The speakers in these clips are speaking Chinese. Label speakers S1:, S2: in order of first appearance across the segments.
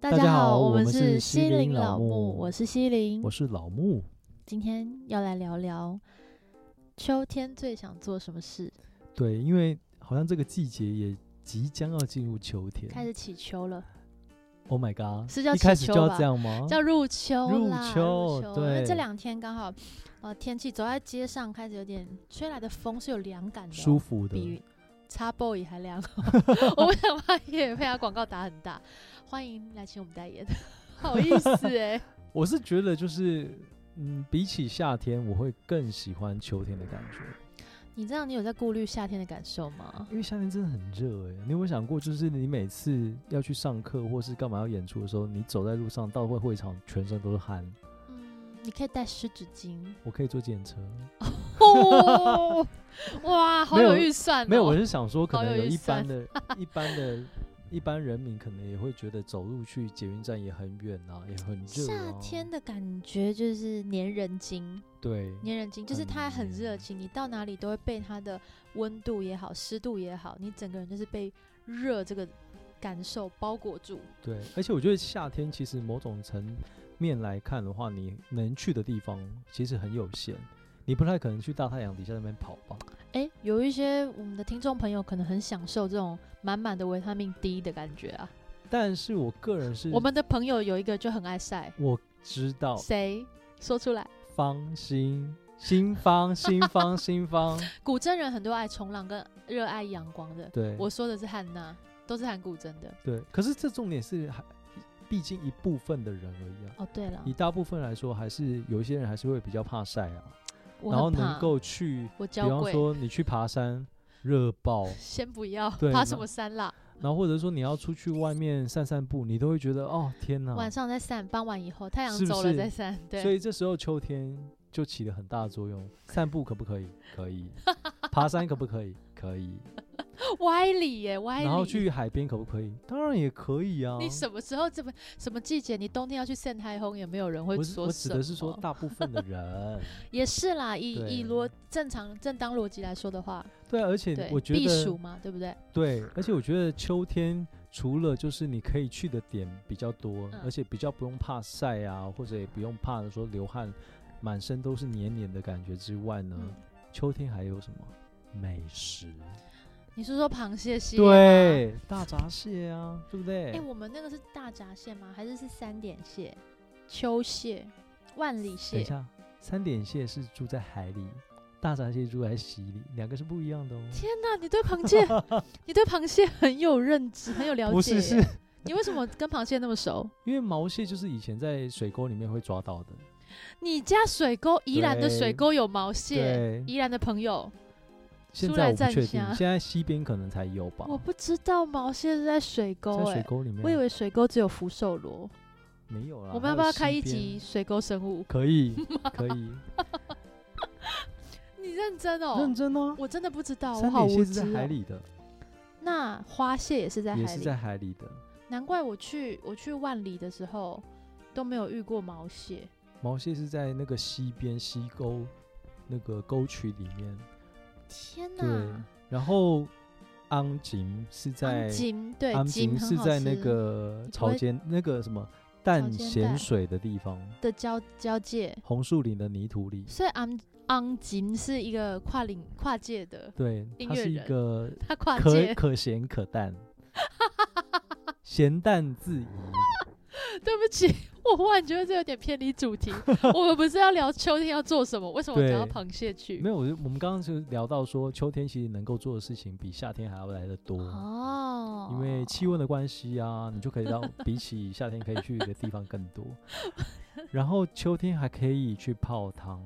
S1: 大家好，我们是西林老木，我是西林
S2: 我。是老木。
S1: 今天要来聊聊秋天最想做什么事。
S2: 对，因为好像这个季节也即将要进入秋天。
S1: 开始起秋了，
S2: Oh my god！
S1: 是叫
S2: 一开
S1: 起
S2: 始
S1: 秋
S2: 就要
S1: 吧
S2: 这样吗？
S1: 叫哦入秋
S2: 入
S1: 啦，
S2: 秋
S1: 因为这
S2: 对
S1: 两天刚好，呃，天气走在街上开始有点吹来的风是有凉感的哦、
S2: 舒服的。
S1: 比插 boy 还凉哦。 我不想把也配他广告打很大，欢迎来请我们代 言，好意思哎、
S2: 我是觉得就是，嗯，比起夏天，我会更喜欢秋天的感觉，
S1: 你这样，你有在顾虑夏天的感受吗？
S2: 因为夏天真的很热哎、你有没有想过，就是你每次要去上课或是干嘛要演出的时候，你走在路上到会会场，全身都是汗。
S1: 嗯，你可以带湿纸巾。
S2: 我可以坐检车，
S1: 哦，哇，好
S2: 没有
S1: 预算、哦。
S2: 没有，我是想说，可
S1: 好
S2: 能
S1: 有
S2: 有
S1: 预
S2: 一
S1: 算
S2: 般的、一般的、一般人民可能也会觉得走路去捷运站也很远啊，也很热、
S1: 夏
S2: 啊。
S1: 天的感觉就是粘人精，
S2: 对，
S1: 粘人精就是
S2: 很
S1: 它很热
S2: 黏
S1: 情，你到哪里都会被它的温度也好、湿度也好，你整个人就是被热这个感受包裹住。
S2: 对，而且我觉得夏天其实某种层面来看的话，你能去的地方其实很有限，你不太可能去大太阳底下那边跑吧？
S1: 诶，有一些我们的听众朋友可能很享受这种满满的维他命 D 的感觉啊。
S2: 但是我个人是，哦
S1: 我们的朋友有一个就很爱晒，
S2: 我知道，
S1: 谁说出来？
S2: 方心新方新方 新方，
S1: 古筝人很多爱冲浪跟热爱阳光的，
S2: 对，
S1: 我说的是汉娜，都是喊古筝的。
S2: 对，可是这重点是还，毕竟一部分的人而已啊。
S1: 哦，对了
S2: 以，大部分来说，还是有一些人还是会比较怕晒啊，
S1: 我
S2: 然后
S1: 很怕
S2: 能够去，
S1: 我
S2: 比
S1: 娇
S2: 方
S1: 贵，
S2: 说你去爬山，热 爆，
S1: 先不要
S2: 对
S1: 爬
S2: 那
S1: 什么山啦，
S2: 然后或者说你要出去外面散散步，你都会觉得哦天哪，
S1: 晚上再散，傍晚以后太阳
S2: 是不
S1: 走了
S2: 是
S1: 再散。
S2: 所
S1: 对，
S2: 以这时候秋天就起了很大的作用。散步可不可以？可以。爬山可不可以？可以。
S1: 歪理耶，歪理。
S2: 然后去海边可不可以？当然也可以啊。
S1: 哎你什么时候怎么什么季节？你冬天要去晒太空，也没有人会
S2: 我是
S1: 说
S2: 我指的是
S1: 什么
S2: 说大部分的 人，
S1: 也是啦，以
S2: 对
S1: 以逻正常正当逻辑来说的话，
S2: 对，啊而且
S1: 对，
S2: 我觉
S1: 避暑
S2: 得
S1: 嘛，对不对？
S2: 对，而且我觉得秋天除了就是你可以去的点比较多，
S1: 嗯
S2: 而且比较不用怕晒啊，或者也不用怕说流汗满身都是黏黏的感觉之外呢，
S1: 嗯，
S2: 秋天还有什么美食？
S1: 你是说螃蟹蟹？。
S2: 对，大闸蟹啊，对不对？
S1: 哎、我们那个是大闸蟹吗？还是是三点蟹、秋蟹、万里
S2: 等一
S1: 蟹？
S2: 下，三点蟹是住在海里，大闸蟹住在溪里，两个是不一样的哦。
S1: 天哪，你对螃 蟹，你对螃蟹很有认知， 很有了解耶。
S2: 不是，是
S1: 你为什么跟螃蟹那么熟？
S2: 因为毛蟹就是以前在水沟里面会抓到的。
S1: 你家水沟宜兰的水
S2: 对
S1: 沟有毛蟹，
S2: 对，
S1: 宜兰的朋友，
S2: 现
S1: 出
S2: 在
S1: 来
S2: 我不
S1: 站
S2: 确
S1: 下
S2: 定，现在西边可能才有吧。
S1: 我不知道毛蟹是在水沟
S2: 在
S1: 哎、
S2: 水沟里面，
S1: 我以为水沟只有福寿螺。
S2: 没有啦。
S1: 我们要
S2: 还
S1: 不
S2: 有
S1: 要开
S2: 西
S1: 一
S2: 边
S1: 集？水沟生物？
S2: 可 以，可以，
S1: 你认真哦？
S2: 认真哦。
S1: 我真的不知道，我
S2: 三
S1: 好
S2: 点
S1: 无
S2: 蟹
S1: 知、哦
S2: 是在海里的，
S1: 那花蟹也是在
S2: 也
S1: 海
S2: 是
S1: 里，
S2: 在海里的。
S1: 难怪我去我去万里的时候都没有遇过毛蟹。
S2: 毛蟹是在那个溪边溪沟那个沟渠里面，
S1: 天
S2: 对
S1: 哪！。
S2: 然后昂井是
S1: 啊
S2: 在
S1: 安锦对
S2: 安
S1: 锦
S2: 井
S1: 很
S2: 是
S1: 好
S2: 在那
S1: 吃
S2: 个
S1: 你不
S2: 潮
S1: 会
S2: 间那个什么淡
S1: 间带
S2: 咸水的地方，
S1: 的交交界，
S2: 红树林的泥土里。
S1: 所以安安锦是一个跨领跨界的，
S2: 对，
S1: 音
S2: 它
S1: 乐
S2: 是一
S1: 人
S2: 个
S1: 他跨
S2: 可
S1: 界
S2: 可咸可淡，咸淡自宜。
S1: 对不起，我忽然觉得这有点偏离主 题。我们不是要聊秋天要做什么？为什么讲到
S2: 对
S1: 螃蟹去
S2: 没？有，我就我们刚刚就聊到说，秋天其实能够做的事情比夏天还要来得多，
S1: 哦
S2: 因为气温的关系啊，你就可以让比起夏天可以去的地方更 多。然后秋天还可以去泡汤，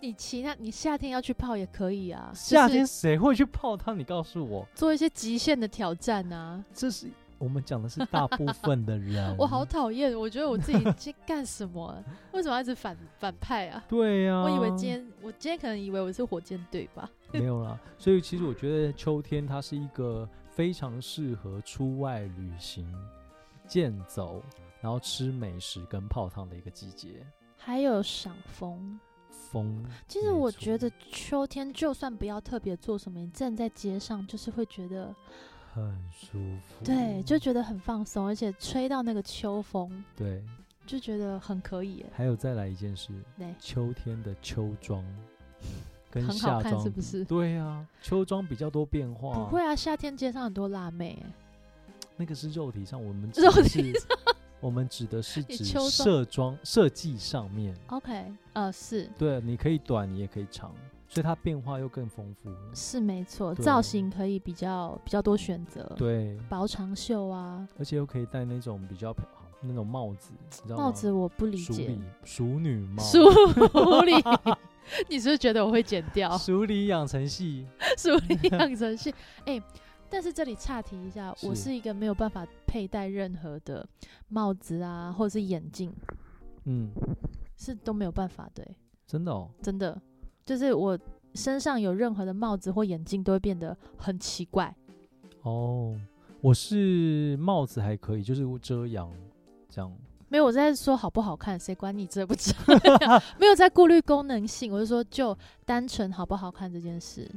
S1: 你其他你夏天要去泡也可以啊，
S2: 夏
S1: 就是
S2: 天谁会去泡汤？你告诉我，
S1: 做一些极限的挑战啊！
S2: 这是我们讲的是大部分的 人。
S1: 我好讨厌，我觉得我自己在干什么啊、为什么要一直反反派啊？
S2: 对呀、
S1: 我以为今天，我今天可能以为我是火箭队吧？
S2: 没有啦，所以其实我觉得秋天它是一个非常适合出外旅行、健走，然后吃美食跟泡汤的一个季节。
S1: 还有赏风。
S2: 风，
S1: 其实我
S2: 没错
S1: 觉得秋天就算不要特别做什么，你站在街上就是会觉得
S2: 很啊舒服。
S1: 对，就觉得很放松，而且吹到那个秋风，
S2: 对。
S1: 就觉得很可以耶。
S2: 还有再来一件事，
S1: 对，
S2: 秋天的秋 装跟
S1: 很好
S2: 夏
S1: 看，
S2: 装
S1: 是不是？
S2: 对呀、秋装比较多变化。
S1: 不会，啊，夏天街上很多辣妹耶，
S2: 那个是肉体上，我们指
S1: 肉
S2: 的
S1: 体
S2: 是我们指的是
S1: 你
S2: 指
S1: 秋装
S2: 设装设计上面。
S1: OK，呃，是
S2: 对，你可以短，你也可以长，所以它变化又更丰富了。
S1: 是没错，
S2: 对啊
S1: 造型可以比较比较多选择，
S2: 对，
S1: 薄长袖啊，
S2: 而且又可以戴那种比较漂那种帽子，你知道吗？
S1: 帽子我不理
S2: 淑
S1: 解
S2: 女，淑女哦帽，
S1: 淑 女，你是不是觉得我会剪掉
S2: 淑女养成系。
S1: 淑女养成 系？哎、但是这里岔题一下，我
S2: 是
S1: 是一个没有办法佩戴任何的帽子啊，或者是眼镜，
S2: 嗯，
S1: 是都没有办法的、欸
S2: 真的哦，
S1: 真的，就是我身上有任何的帽子或眼镜都会变得很奇怪。
S2: 哦，我是帽子还可以，就是遮阳这 样。
S1: 没有，我在说好不好看，谁管你遮不遮呀？ 没有在顾虑功能性，我是说就单纯好不好看这件事，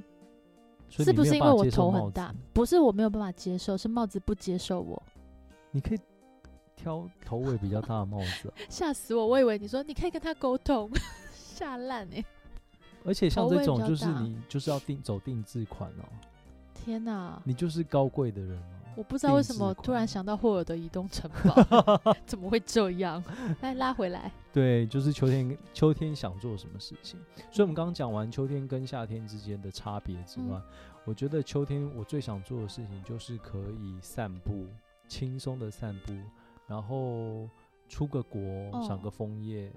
S2: 所以
S1: 是
S2: 你
S1: 不
S2: 没有
S1: 是因为
S2: 办法
S1: 我
S2: 接受
S1: 头
S2: 帽
S1: 很
S2: 子
S1: 大？不是我没有办法接受，是帽子不接受我，
S2: 你可以挑头尾比较大的帽 子啊、
S1: 吓死我！我以为你说你可以跟他沟通， 吓烂哎！
S2: 而且像
S1: 头
S2: 这
S1: 尾
S2: 种
S1: 比较
S2: 就是
S1: 大
S2: 你就是要定走定制款哦、
S1: 天哪，
S2: 你就是高贵的人哦、
S1: 我不知道为什
S2: 定制
S1: 么
S2: 款
S1: 突然想到霍尔的移动城
S2: 哦
S1: 堡，怎么会这样？ 来拉回来，
S2: 对，就是秋天秋天想做什么事情。所以我们刚刚讲完秋天跟夏天之间的差别之外，
S1: 嗯
S2: 我觉得秋天我最想做的事情就是可以散步，轻松的散步，然后出个国，赏
S1: 哦
S2: 个枫叶，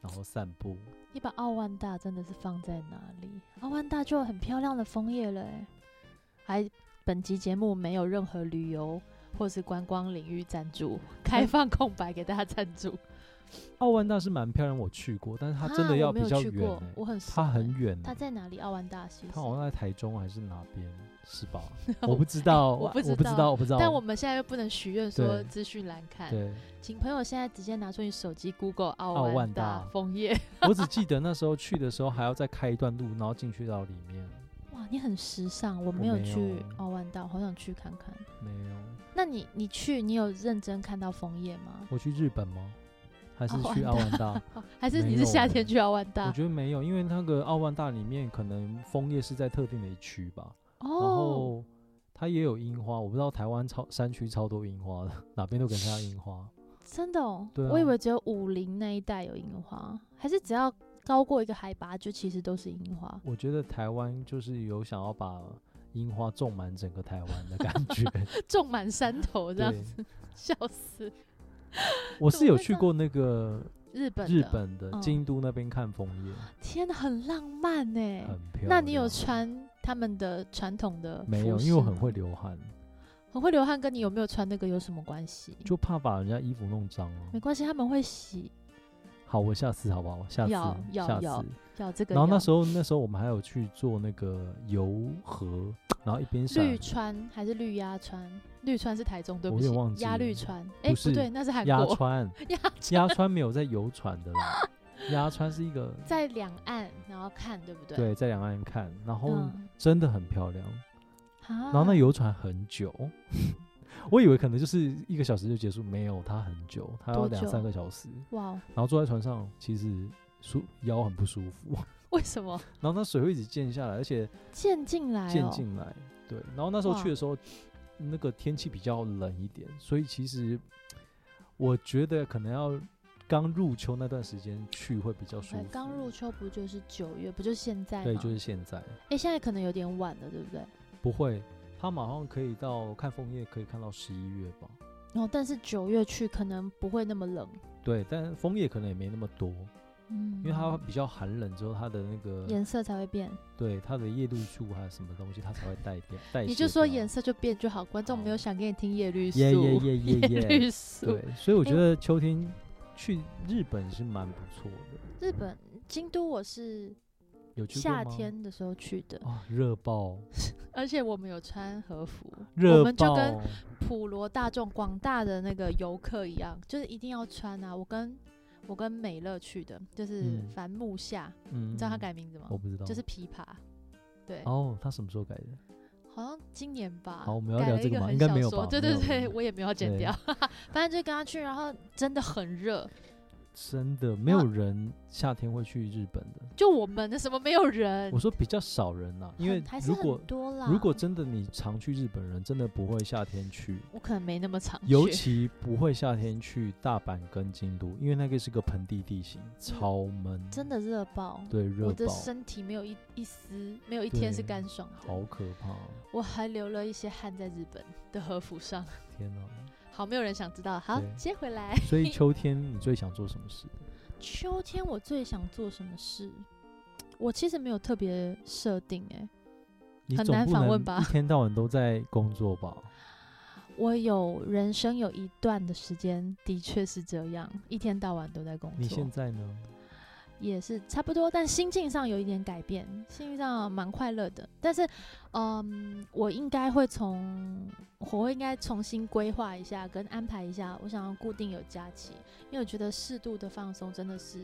S2: 然后散步。
S1: 你把奥万大真的是放在哪里？奥万大就有很漂亮的枫叶了、欸，还本集节目没有任何旅游或是观光领域赞助，
S2: 嗯
S1: 开放空白给大家赞助。
S2: 奥万大是蛮漂亮，我去过，但是 它真
S1: 啊
S2: 的要
S1: 我没
S2: 比
S1: 有
S2: 较
S1: 去
S2: 远、
S1: 过
S2: 欸，，
S1: 我很
S2: 它很
S1: 熟欸，
S2: 远、
S1: 它在哪里？奥万大其实，
S2: 他好像在台中还是哪边，是 吧？我不知道，
S1: 我
S2: 我
S1: 不知
S2: 我不知
S1: 道
S2: 道，我不知道。
S1: 但我们现在又不能许愿说
S2: 对
S1: 资讯栏看，
S2: 对，
S1: 请朋友现在直接拿出你手机 Google 奥
S2: 奥万
S1: 大
S2: 大
S1: 枫叶。
S2: 我只记得那时候去的时候还要再开一段路，然后进去到里面，
S1: 哇，你很时尚，我
S2: 没
S1: 没有
S2: 有啊
S1: 去哦奥万大，好想去看看。
S2: 没有。
S1: 那你你去，你有认真看到枫叶吗？
S2: 我去日本吗？还是去
S1: 奥
S2: 奥
S1: 万
S2: 万大？
S1: 哦还是
S2: 没
S1: 你是夏
S2: 有
S1: 天
S2: 欸
S1: 去啊奥万
S2: 我
S1: 大？
S2: 觉得没有，因为那个奥万大里面可能枫叶是在特定的一区吧，然
S1: 哦，
S2: 后它也有樱花，我不知道台湾超山区超多樱花的， 哪边都可以看到樱花。
S1: 真的哦，
S2: 对啊
S1: 我以为只有武陵那一带有樱花，还是只要高过一个海拔就其实都是樱花。
S2: 我觉得台湾就是有想要把樱花种满整个台湾的感 觉。
S1: 种满山头这样，
S2: 对，
S1: 笑死！
S2: 我
S1: 怎
S2: 是
S1: 么
S2: 有
S1: 会
S2: 去
S1: 这样
S2: 过那个
S1: 日本，
S2: 日，本的
S1: 嗯
S2: 京都那边看枫叶，
S1: 天哪，很浪漫呢。
S2: 很漂亮。
S1: 那你有穿他们的传统的？
S2: 没有？因为我很会，流汗，
S1: 嗯很会流汗，跟你有没有穿那个有什么关系？
S2: 就怕把人家衣服弄脏啊
S1: 没。关系，他们会洗，
S2: 好，我下次好不好？下次
S1: 要要
S2: 下
S1: 要
S2: 次。
S1: 要这个
S2: 然
S1: 要。
S2: 后那时候那时候我们还有去做那个游河，然后一边
S1: 绿
S2: 闪
S1: 川还是绿鸭川？绿川是台中，对
S2: 我
S1: 不
S2: 有
S1: 起
S2: 点忘，记
S1: 鸭绿
S2: 了
S1: 川。
S2: 不
S1: 哎，不
S2: 是
S1: 对，那是韩
S2: 鸭
S1: 国。
S2: 川，
S1: 鸭
S2: 鸭川没有在游船的啦， 鸭川是一个
S1: 在两岸，然后看，对不对？
S2: 对在两岸看，然后
S1: 嗯，啊
S2: 真的很漂亮。
S1: 然
S2: 然后那游船很久， 我以为可能就是一个小时就结束，没有，它很久，它要
S1: 多
S2: 两
S1: 久
S2: 三个小时。
S1: 哇，
S2: 然后坐在船上，其实舒腰很不舒服，
S1: 为什么
S2: 然后那水会一直溅下来，而且
S1: 渐进来、哦？
S2: 溅进来。对，然后那时候
S1: 哇
S2: 去的时候，那个天气比较冷一点，所以其实我觉得可能要刚入秋那段时间去会比较舒
S1: 哎
S2: 服。
S1: 刚入秋不就是九月，不就现在吗？
S2: 对，就是现在
S1: 哎，现在可能有点晚了，对不对？
S2: 不会，它马上可以到看枫叶，可以看到十一月吧。
S1: 然后哦但是九月去可能不会那么冷，
S2: 对，但枫叶可能也没那么多，
S1: 嗯，
S2: 因为它比较寒冷之后，它的那个
S1: 颜色才会变。
S2: 对它的叶绿素还有什么东西，它才会带掉。代
S1: 你
S2: 谢
S1: 就说
S2: 掉
S1: 颜色就变就好，观众没有
S2: 好
S1: 想给你听叶绿素，
S2: 哦耶耶耶 耶
S1: 叶绿
S2: 耶！
S1: 素。
S2: 对，所以我觉
S1: 因
S2: 得秋天去日本是蛮不错的。
S1: 日本京都我是
S2: 有去过
S1: 夏
S2: 吗
S1: 天的时候去的，
S2: 啊，热爆，
S1: 而且我们有穿和服，我
S2: 热
S1: 们就
S2: 爆！
S1: 跟普罗大众、广大的那个游客一样，就是一定要穿啊。我跟我跟美乐去的，就是
S2: 嗯
S1: 繁木下，
S2: 嗯
S1: 你知道他改名字吗
S2: 我？不知道，
S1: 就是琵琶，对，
S2: 哦，他什么时候改的？
S1: 好像今年吧，
S2: 好我们要
S1: 改
S2: 聊
S1: 了
S2: 这
S1: 一
S2: 个
S1: 个
S2: 吗
S1: 很
S2: 应该
S1: 小
S2: 没有
S1: 说
S2: 吧
S1: 对
S2: 没
S1: 对
S2: 有没
S1: 对，
S2: 有
S1: 我也没有剪
S2: 对
S1: 掉，反正就跟他去，然后真的很热，
S2: 真的没有人夏天会去日本的。
S1: 就我们的什么没有人
S2: 我，说比较少人啦、因为
S1: 很还是
S2: 如果
S1: 很多啦。
S2: 如果真的你常去日本人，真的不会夏天去，
S1: 我可能没那么常去，
S2: 尤其不会夏天去大阪跟京都，因为那个是个盆地地形，超闷，
S1: 嗯真的热爆，
S2: 对热
S1: 我的
S2: 爆，
S1: 身体没有一一丝，没有一天是
S2: 对
S1: 干爽的。
S2: 好可怕！
S1: 我还流了一些汗在日本的和服上。
S2: 天哪、
S1: 好，没有人想知道。好
S2: 对，
S1: 接回来。
S2: 所以秋天你最想做什么事？
S1: 秋天我最想做什么事？我其实没有特别设定、欸，
S2: 你
S1: 很
S2: 总
S1: 难
S2: 不
S1: 访
S2: 能
S1: 问吧
S2: 一天到晚都在工作吧？
S1: 我有人生有一段的时间的确是这样，一天到晚都在工
S2: 你
S1: 作
S2: 现，在呢？
S1: 也是差不多，但心境上有一点改变，心境上蛮快乐的。但是，嗯，我应该会从，我会应该重新规划一下，跟安排一下，我想要固定有假期，因为我觉得适度的放松真的是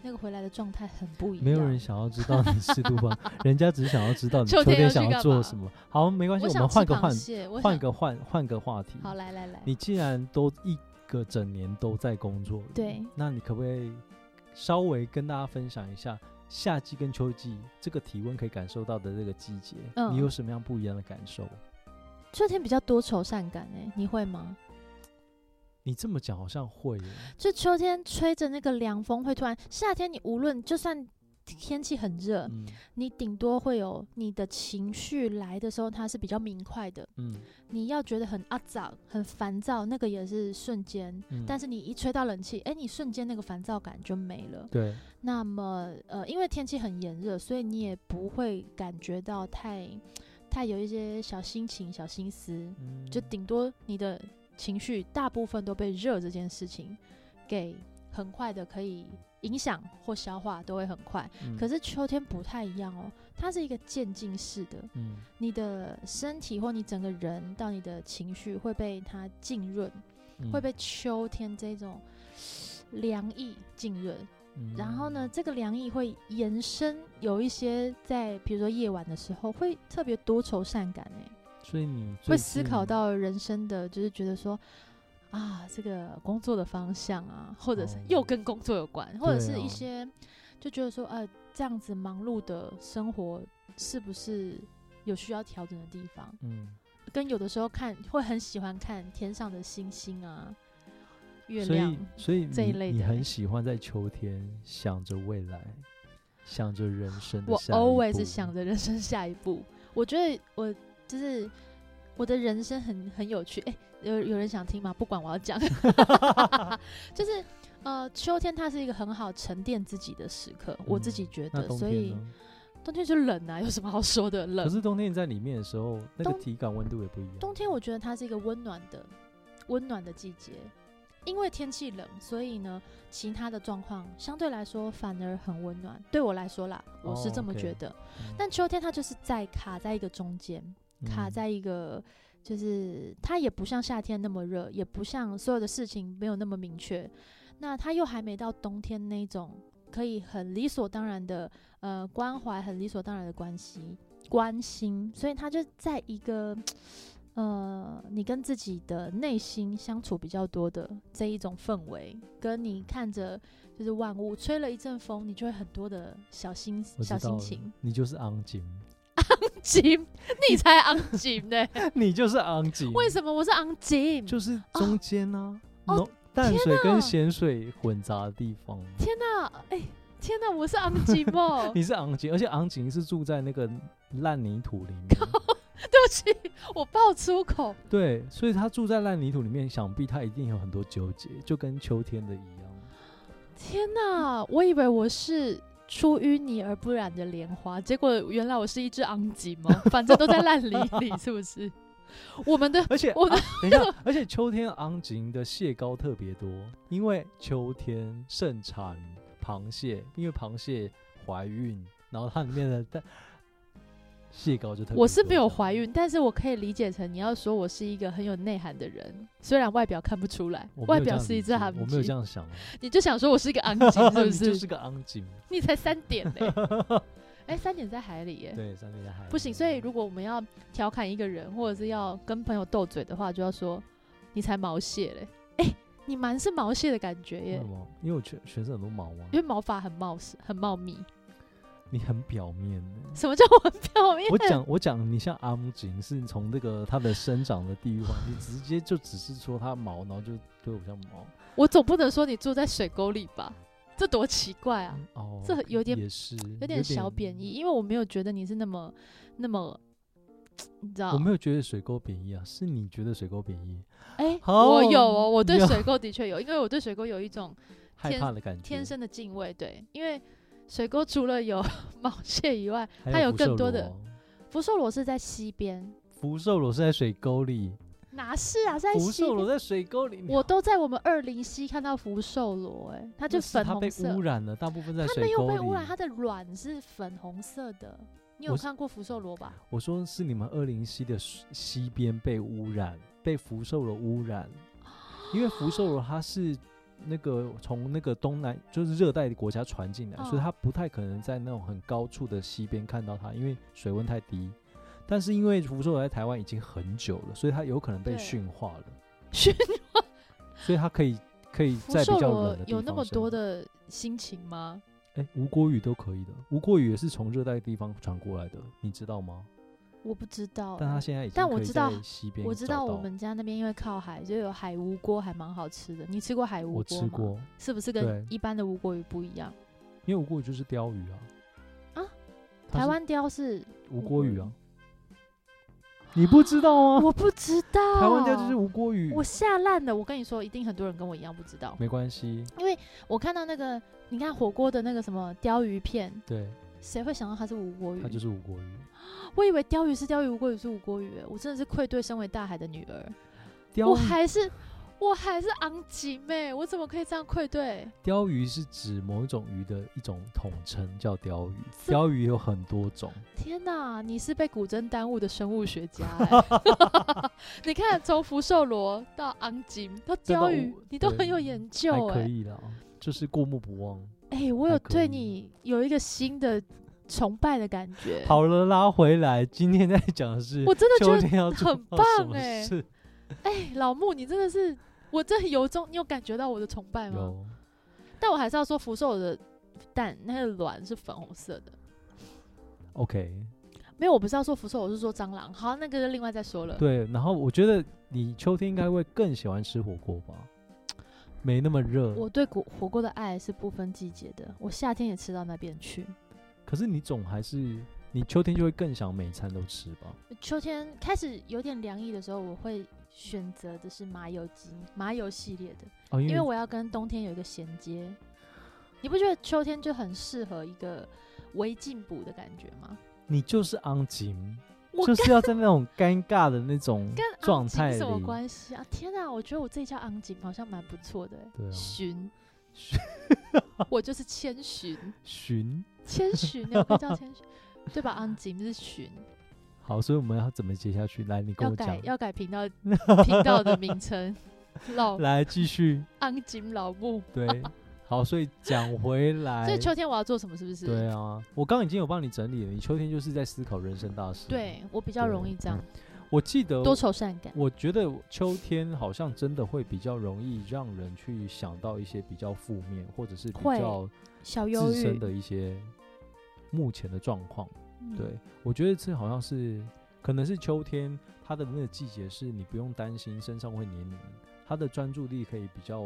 S1: 那个回来的状态很不一样。
S2: 没有人想要知道你适度 吧？人家只是想要知道你
S1: 秋
S2: 秋
S1: 天要
S2: 天
S1: 去
S2: 想要
S1: 干
S2: 做
S1: 嘛
S2: 什么。好，没关系，
S1: 我
S2: 我
S1: 想
S2: 们
S1: 吃
S2: 换个
S1: 螃
S2: 换
S1: 蟹我
S2: 换
S1: 想
S2: 个换换个话题。
S1: 好，来来来，
S2: 你既然都一个整年都在工作了，
S1: 对
S2: 那你可不可以稍微跟大家分享一下夏季跟秋季这个体温可以感受到的这个季节，
S1: 嗯
S2: 你有什么样不一样的感受？
S1: 秋天比较多愁善感哎、你会吗？
S2: 你这么讲好像会耶，
S1: 就秋天吹着那个凉风，会突然夏天你无论就算天气很热，
S2: 嗯
S1: 你顶多会有你的情绪来的时候，它是比较明快的。
S2: 嗯
S1: 你要觉得很阿杂、很烦躁，那个也是瞬间。
S2: 嗯，
S1: 但
S2: 是
S1: 是你一吹到冷气，哎、你瞬间那个烦躁感就没了。
S2: 对，
S1: 那么，呃，因为天气很炎热，所以你也不会感觉到太、太有一些小心情、小心思。
S2: 嗯
S1: 就顶多你的情绪大部分都被热这件事情给很快的可以影响或消化，都会很快。
S2: 嗯
S1: 可是秋天不太一样哦，它是一个渐进式的，
S2: 嗯
S1: 你的身体或你整个人到你的情绪会被它浸润，
S2: 嗯
S1: 会被秋天这种凉意浸润。
S2: 嗯
S1: 然后呢，这个凉意会延伸有一些在，比如说夜晚的时候会特别多愁善感哎、
S2: 所以你
S1: 会
S2: 最
S1: 思考
S2: 近
S1: 到人生的，就是觉得说。啊，这个工作的方向啊，或者是
S2: 哦
S1: 又跟工作有关，或者
S2: 对
S1: 是
S2: 啊
S1: 一些就觉得说，呃，这样子忙碌的生活是不是有需要调整的地方？
S2: 嗯，
S1: 跟有的时候看会很喜欢看天上的星星啊、月
S2: 所
S1: 亮
S2: 以，所以
S1: 这一
S2: 你
S1: 类
S2: 你
S1: 的欸
S2: 很喜欢在秋天想着未来，想着人生的
S1: 我
S2: 下一
S1: always
S2: 步
S1: 想着人生下一步。我觉得我就是我的人生很很有趣。哎、有有人想听吗？不管我要 讲，就是呃，秋天它是一个很好沉淀自己的时刻，我自己
S2: 嗯
S1: 觉
S2: 那
S1: 得。
S2: 冬
S1: 所
S2: 天
S1: 以
S2: 呢？
S1: 冬天就冷啊，有什么好说的？
S2: 可
S1: 冷。
S2: 是冬天你在里面的时候，那个
S1: 冬
S2: 体感温度也不一样。
S1: 冬天我觉得它是一个温暖的温暖的季节。因为天气冷，所以呢，其他的状况相对来说反而很温暖。对我来说啦，我是
S2: 哦
S1: 这么
S2: ，OK
S1: 觉得。
S2: 嗯
S1: 但秋天它就是在卡在一个中间，卡在一个就是它也不像夏天那么热，也不像所有的事情没有那么明确，那它又还没到冬天那种可以很理所当然的呃关怀，很理所当然的关系关心，所以它就在一个。呃，你跟自己的内心相处比较多的这一种氛围，跟你看着就是万物吹了一阵风，你就会很多的小心
S2: 我知
S1: 小心
S2: 道了
S1: 情，
S2: 你就是昂景，
S1: 金，你才昂金呢、
S2: 你就是昂景，
S1: 为什么我是昂金？
S2: 就是中间呢、
S1: 哦
S2: 浓淡水
S1: 哪
S2: 跟咸水混杂的地方。
S1: 天哪、哎、天哪、我是昂金哦！
S2: 你是昂景，而且昂景是住在那 个烂泥土里面，
S1: 对不起，我爆粗口。
S2: 对，所以他住在烂泥土里面，想必他一定有很多纠结，就跟秋天的一样。
S1: 天哪、我以为我是出淤泥而不染的莲花，结果原来我是一只昂金哦， 反正都在烂泥里，是不是？ 我们的
S2: 而且，
S1: 我
S2: 啊等一下，而且秋天昂景的蟹膏特别多，因为秋天盛产螃蟹，因为螃蟹怀孕，然后它里面的蛋蟹膏就特别多。
S1: 我是没有
S2: 这样
S1: 怀，孕，但是我可以理解成你要说我是一个很有内涵的人，虽然外表看不出来，
S2: 我没有
S1: 外
S2: 这
S1: 表
S2: 样
S1: 是一
S2: 理
S1: 只
S2: 解
S1: 昂
S2: 我没有这
S1: 金，
S2: 样想啊，
S1: 你就想说我是一个昂金，是不
S2: 你
S1: 是？
S2: 就是个昂景。
S1: 你才三点嘞、哎、三点在海里耶，
S2: 对，三点在海里
S1: 不行。所以如果我们要调侃一个人，或者是要跟朋友斗嘴的话，就要说你才毛蟹嘞，哎、你蛮是毛蟹的感觉
S2: 为
S1: 耶
S2: 什，么？因为我全全身很多毛啊
S1: 因，为毛发很茂盛，很茂密。
S2: 你很表面欸。
S1: 什么叫我很表面？
S2: 我讲我讲，你像阿姆景是从这个它的生长的地域环境，直接就只是说它毛，然后就对我像毛
S1: 我总不能说你住在水沟里吧？这多奇怪啊！
S2: 嗯哦，
S1: 这有点
S2: 也是
S1: 有点小贬义，。因为我没有觉得你是那么那么，你知道
S2: 我？没有觉得水沟贬义啊，是你觉得水沟贬义，
S1: 哎、
S2: 好
S1: 我有哦，我对
S2: 有
S1: 水沟的确有，因为我对水沟有一种
S2: 害
S1: 天
S2: 怕的感觉。
S1: 天生的敬畏。对，因为水沟除了有 毛蟹以外，
S2: 还
S1: 它有
S2: 福
S1: 更
S2: 寿
S1: 多的
S2: 螺
S1: 福寿螺是在西边，
S2: 福寿螺是在水沟里，
S1: 哪是啊？是在
S2: 福
S1: 西
S2: 寿螺
S1: 边。
S2: 在水沟里，
S1: 我都在我们二零西看到福寿螺，哎，它
S2: 它
S1: 就粉
S2: 它
S1: 红
S2: 被
S1: 色
S2: 污，染了，大部分在
S1: 它
S2: 水
S1: 没有
S2: 沟里。
S1: 被污染，它的卵是粉红色的。你有
S2: 我是
S1: 看过福寿螺 吧？
S2: 我说是你们二零西的西西边被污染，被福寿螺污染，因为福寿螺它是那个从那个东南就是热带的国家传进来，
S1: 嗯
S2: 所以它不太可能在那种很高处的西边看到它，因为水温太低。但是因为福寿螺在台湾已经很久了，所以它有可能被
S1: 对
S2: 驯化了，
S1: 嗯驯
S2: 所以它可以可以
S1: 福
S2: 在比
S1: 寿
S2: 较
S1: 螺
S2: 冷的地方
S1: 有那么
S2: 生
S1: 多
S2: 活
S1: 的心情吗？
S2: 哎，吴郭鱼都可以的，吴郭鱼也是从热带地方传过来的，你知道吗？
S1: 我不知道欸、
S2: 但它现在已经
S1: 但我
S2: 可以
S1: 知道
S2: 在西边
S1: 我知
S2: 找
S1: 道我
S2: 到
S1: 们家那边因为靠海，就有海乌锅，还蛮好吃的。你吃过海乌
S2: 我
S1: 锅
S2: 吃
S1: 吗？
S2: 过，
S1: 是不是跟
S2: 对
S1: 一般的乌锅鱼不一样？
S2: 因为无锅鱼就是鲷鱼
S1: 啊，
S2: 啊。它
S1: 台
S2: 是
S1: 湾鲷是
S2: 无
S1: 无
S2: 锅
S1: 锅
S2: 鱼
S1: 鱼
S2: 啊，你不知道吗？
S1: 我不知道，
S2: 哦台湾鲷就是无锅鱼
S1: 我，吓烂了。我跟你说，一定很多人跟我一样不知道。
S2: 没关系。
S1: 我看到那个，你看火锅的那个什么鲷鱼片，
S2: 对，
S1: 谁会想到它是无锅鱼？
S2: 它就是无锅鱼。
S1: 我以为鲷鱼是鲷鱼，无锅鱼是无锅鱼欸。我真的是愧对身为大海的女儿，
S2: 鲷
S1: 我
S2: 鱼，
S1: 还是我还是昂吉妹，我怎么可以这样愧对？
S2: 鲷鱼是指某一种鱼的一种统称，叫鲷鱼。
S1: 这
S2: 鲷鱼有很多种，
S1: 天哪，你是被古筝耽误的生物学家、 欸！你看，从福寿螺到昂金到
S2: 到
S1: 鲷鱼
S2: 乌，
S1: 你都
S2: 对
S1: 很有研
S2: 还
S1: 究
S2: 可
S1: 哎、
S2: 以啦，就是过目不忘。
S1: 哎、我有
S2: 还可以
S1: 对你有一个新的崇拜的感觉。
S2: 好了，拉回来，今天在讲的是
S1: 我真的
S2: 秋
S1: 觉得，
S2: 天要做
S1: 很
S2: 到
S1: 棒
S2: 什么
S1: 欸
S2: 事？
S1: 哎、老穆，你真的是，我真的由衷，你有感觉到我的崇拜吗？
S2: 有，
S1: 但我还是要说，福寿的蛋那个卵是粉红色的。
S2: OK，
S1: 没有，我不是要说福寿，我是说蟑螂。好，那个就另外再说了。
S2: 对。然后我觉得你秋天应该会更喜欢吃火锅吧，没那么热。
S1: 我对火火锅的爱是不分季节的，我夏天也吃到那边去。
S2: 可是你总还是你秋天就会更想每餐都吃吧？
S1: 秋天开始有点凉意的时候，我会选择的是麻油鸡、麻油系列的，
S2: 哦，因
S1: 因
S2: 为
S1: 为我要跟冬天有一个衔接。你不觉得秋天就很适合一个微进补的感觉吗？
S2: 你就是昂紧，
S1: 我
S2: 就是要在那种尴尬的那种
S1: 跟
S2: 状
S1: 昂景
S2: 态
S1: 什么
S2: 里。
S1: 关系啊？天啊，我觉得我自己叫昂景好像蛮不错的、欸。
S2: 对啊
S1: 寻，
S2: 寻
S1: 我就是千寻，
S2: 寻
S1: 千寻，你会叫千寻，对吧？昂景是寻，
S2: 好，所以我们要怎么接下去？来，你跟
S1: 要
S2: 我
S1: 改
S2: 讲。
S1: 要改频 道频道的名称，老
S2: 来，继续。
S1: 昂景老木。
S2: 对，好，所以讲回 来
S1: 所，以秋天我要做什么？是不是？
S2: 哎对啊，我刚刚已经有帮你整理了。你秋天就是在思考人生大事。
S1: 对，我比较
S2: 啊
S1: 容易这样，
S2: 我记得
S1: 多愁善感。
S2: 我觉得秋天好像真的会比较容易让人去想到一些比较负面，或者是比
S1: 会
S2: 较
S1: 小忧
S2: 自身
S1: 郁，
S2: 的一些目前的状况。
S1: 嗯
S2: 对，我觉得这好像是，可能是秋天它的那个季节是你不用担心身上会黏黏，它的专注力可以比较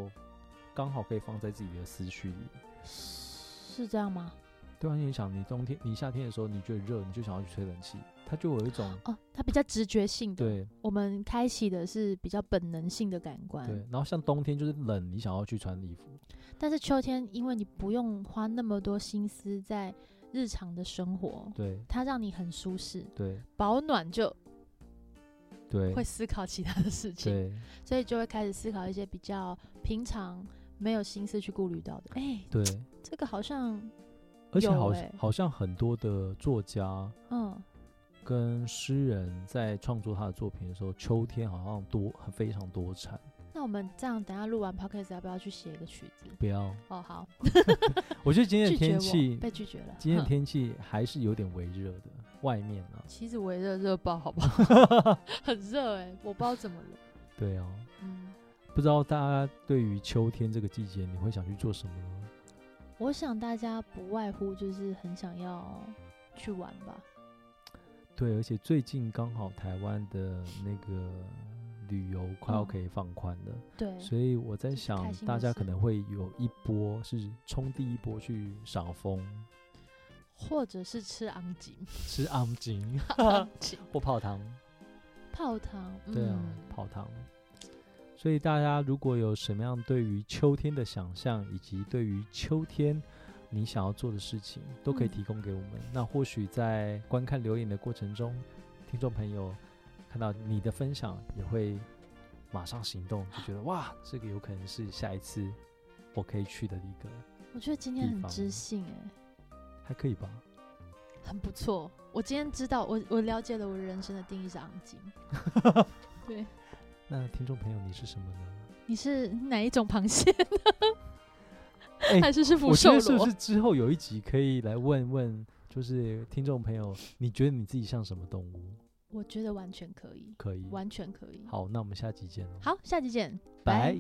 S2: 刚好可以放在自己的思绪里。
S1: 是这样吗？
S2: 对啊，你想你冬天、你夏天的时候你觉得热，你就想要去吹冷气，它就有一种
S1: 哦，它比较直觉性的，
S2: 对
S1: 我们开启的是比较本能性的感官
S2: 对。。然后像冬天就是冷，你想要去穿衣服，
S1: 但是秋天，因为你不用花那么多心思在日常的生活，
S2: 对
S1: 它让你很舒适，
S2: 对
S1: 保暖就
S2: 对
S1: 会思考其他的事情，
S2: 对
S1: 所以就会开始思考一些比较平常没有心思去顾虑到的。哎、
S2: 对，
S1: 这个好像，
S2: 而且
S1: 有
S2: 好
S1: 欸
S2: 好像很多的作家
S1: 嗯，
S2: 跟诗人在创作他的作品的时候，秋天好像多非常多产，
S1: 那我们这样，等下录完 podcast 要不要去写一个曲子？
S2: 不要，
S1: 哦，好，
S2: 我觉得今天的
S1: 拒绝
S2: 天
S1: 我
S2: 气，
S1: 被拒绝了。
S2: 今天的
S1: 哼
S2: 天气还是有点微热的，外面啊，
S1: 其实我也热热爆，好不好？ 很热哎、我不知道怎么了。
S2: 对啊，
S1: 嗯，
S2: 不知道大家对于秋天这个季节，你会想去做什么呢？
S1: 我想大家不外乎就是很想要去玩吧。
S2: 对，而且最近刚好台湾的那个旅游快要
S1: 嗯
S2: 可以放宽了，
S1: 对，
S2: 所以我在
S1: 这是开
S2: 想，
S1: 心
S2: 大
S1: 的
S2: 家
S1: 事
S2: 可能会有一波是冲第一波去赏枫、
S1: 或者是吃昂 吉、
S2: 吃昂 景
S1: 昂吉
S2: 或泡汤，
S1: 泡汤。嗯、
S2: 对啊，泡汤。所以大家如果有什么样对于秋天的想象，以及对于秋天你想要做的事情，都可以
S1: 嗯
S2: 提供给我们。那或许在观看留言的过程中，听众朋友看到你的分享，也会马上行动，就 觉得哇，这个有可能是下一次我可以去的一个，
S1: 我觉得今天
S2: 地
S1: 很
S2: 方
S1: 知性哎、
S2: 还可以吧？
S1: 很不错。我今天知道，我我了解了我人生的定义是昂吉。对，
S2: 那听众朋友，你是什么呢？
S1: 你是哪一种螃蟹呢？
S2: 哎
S1: 还是是福
S2: 我觉
S1: 寿
S2: 得是不
S1: 螺
S2: 是？之后有一集可以来问问，就是听众朋友，你觉得你自己像什么动物？
S1: 我觉得完全可以，
S2: 可以。
S1: 完全可以。
S2: 好，那我们下集见喽。哦
S1: 好，下期见，
S2: 拜。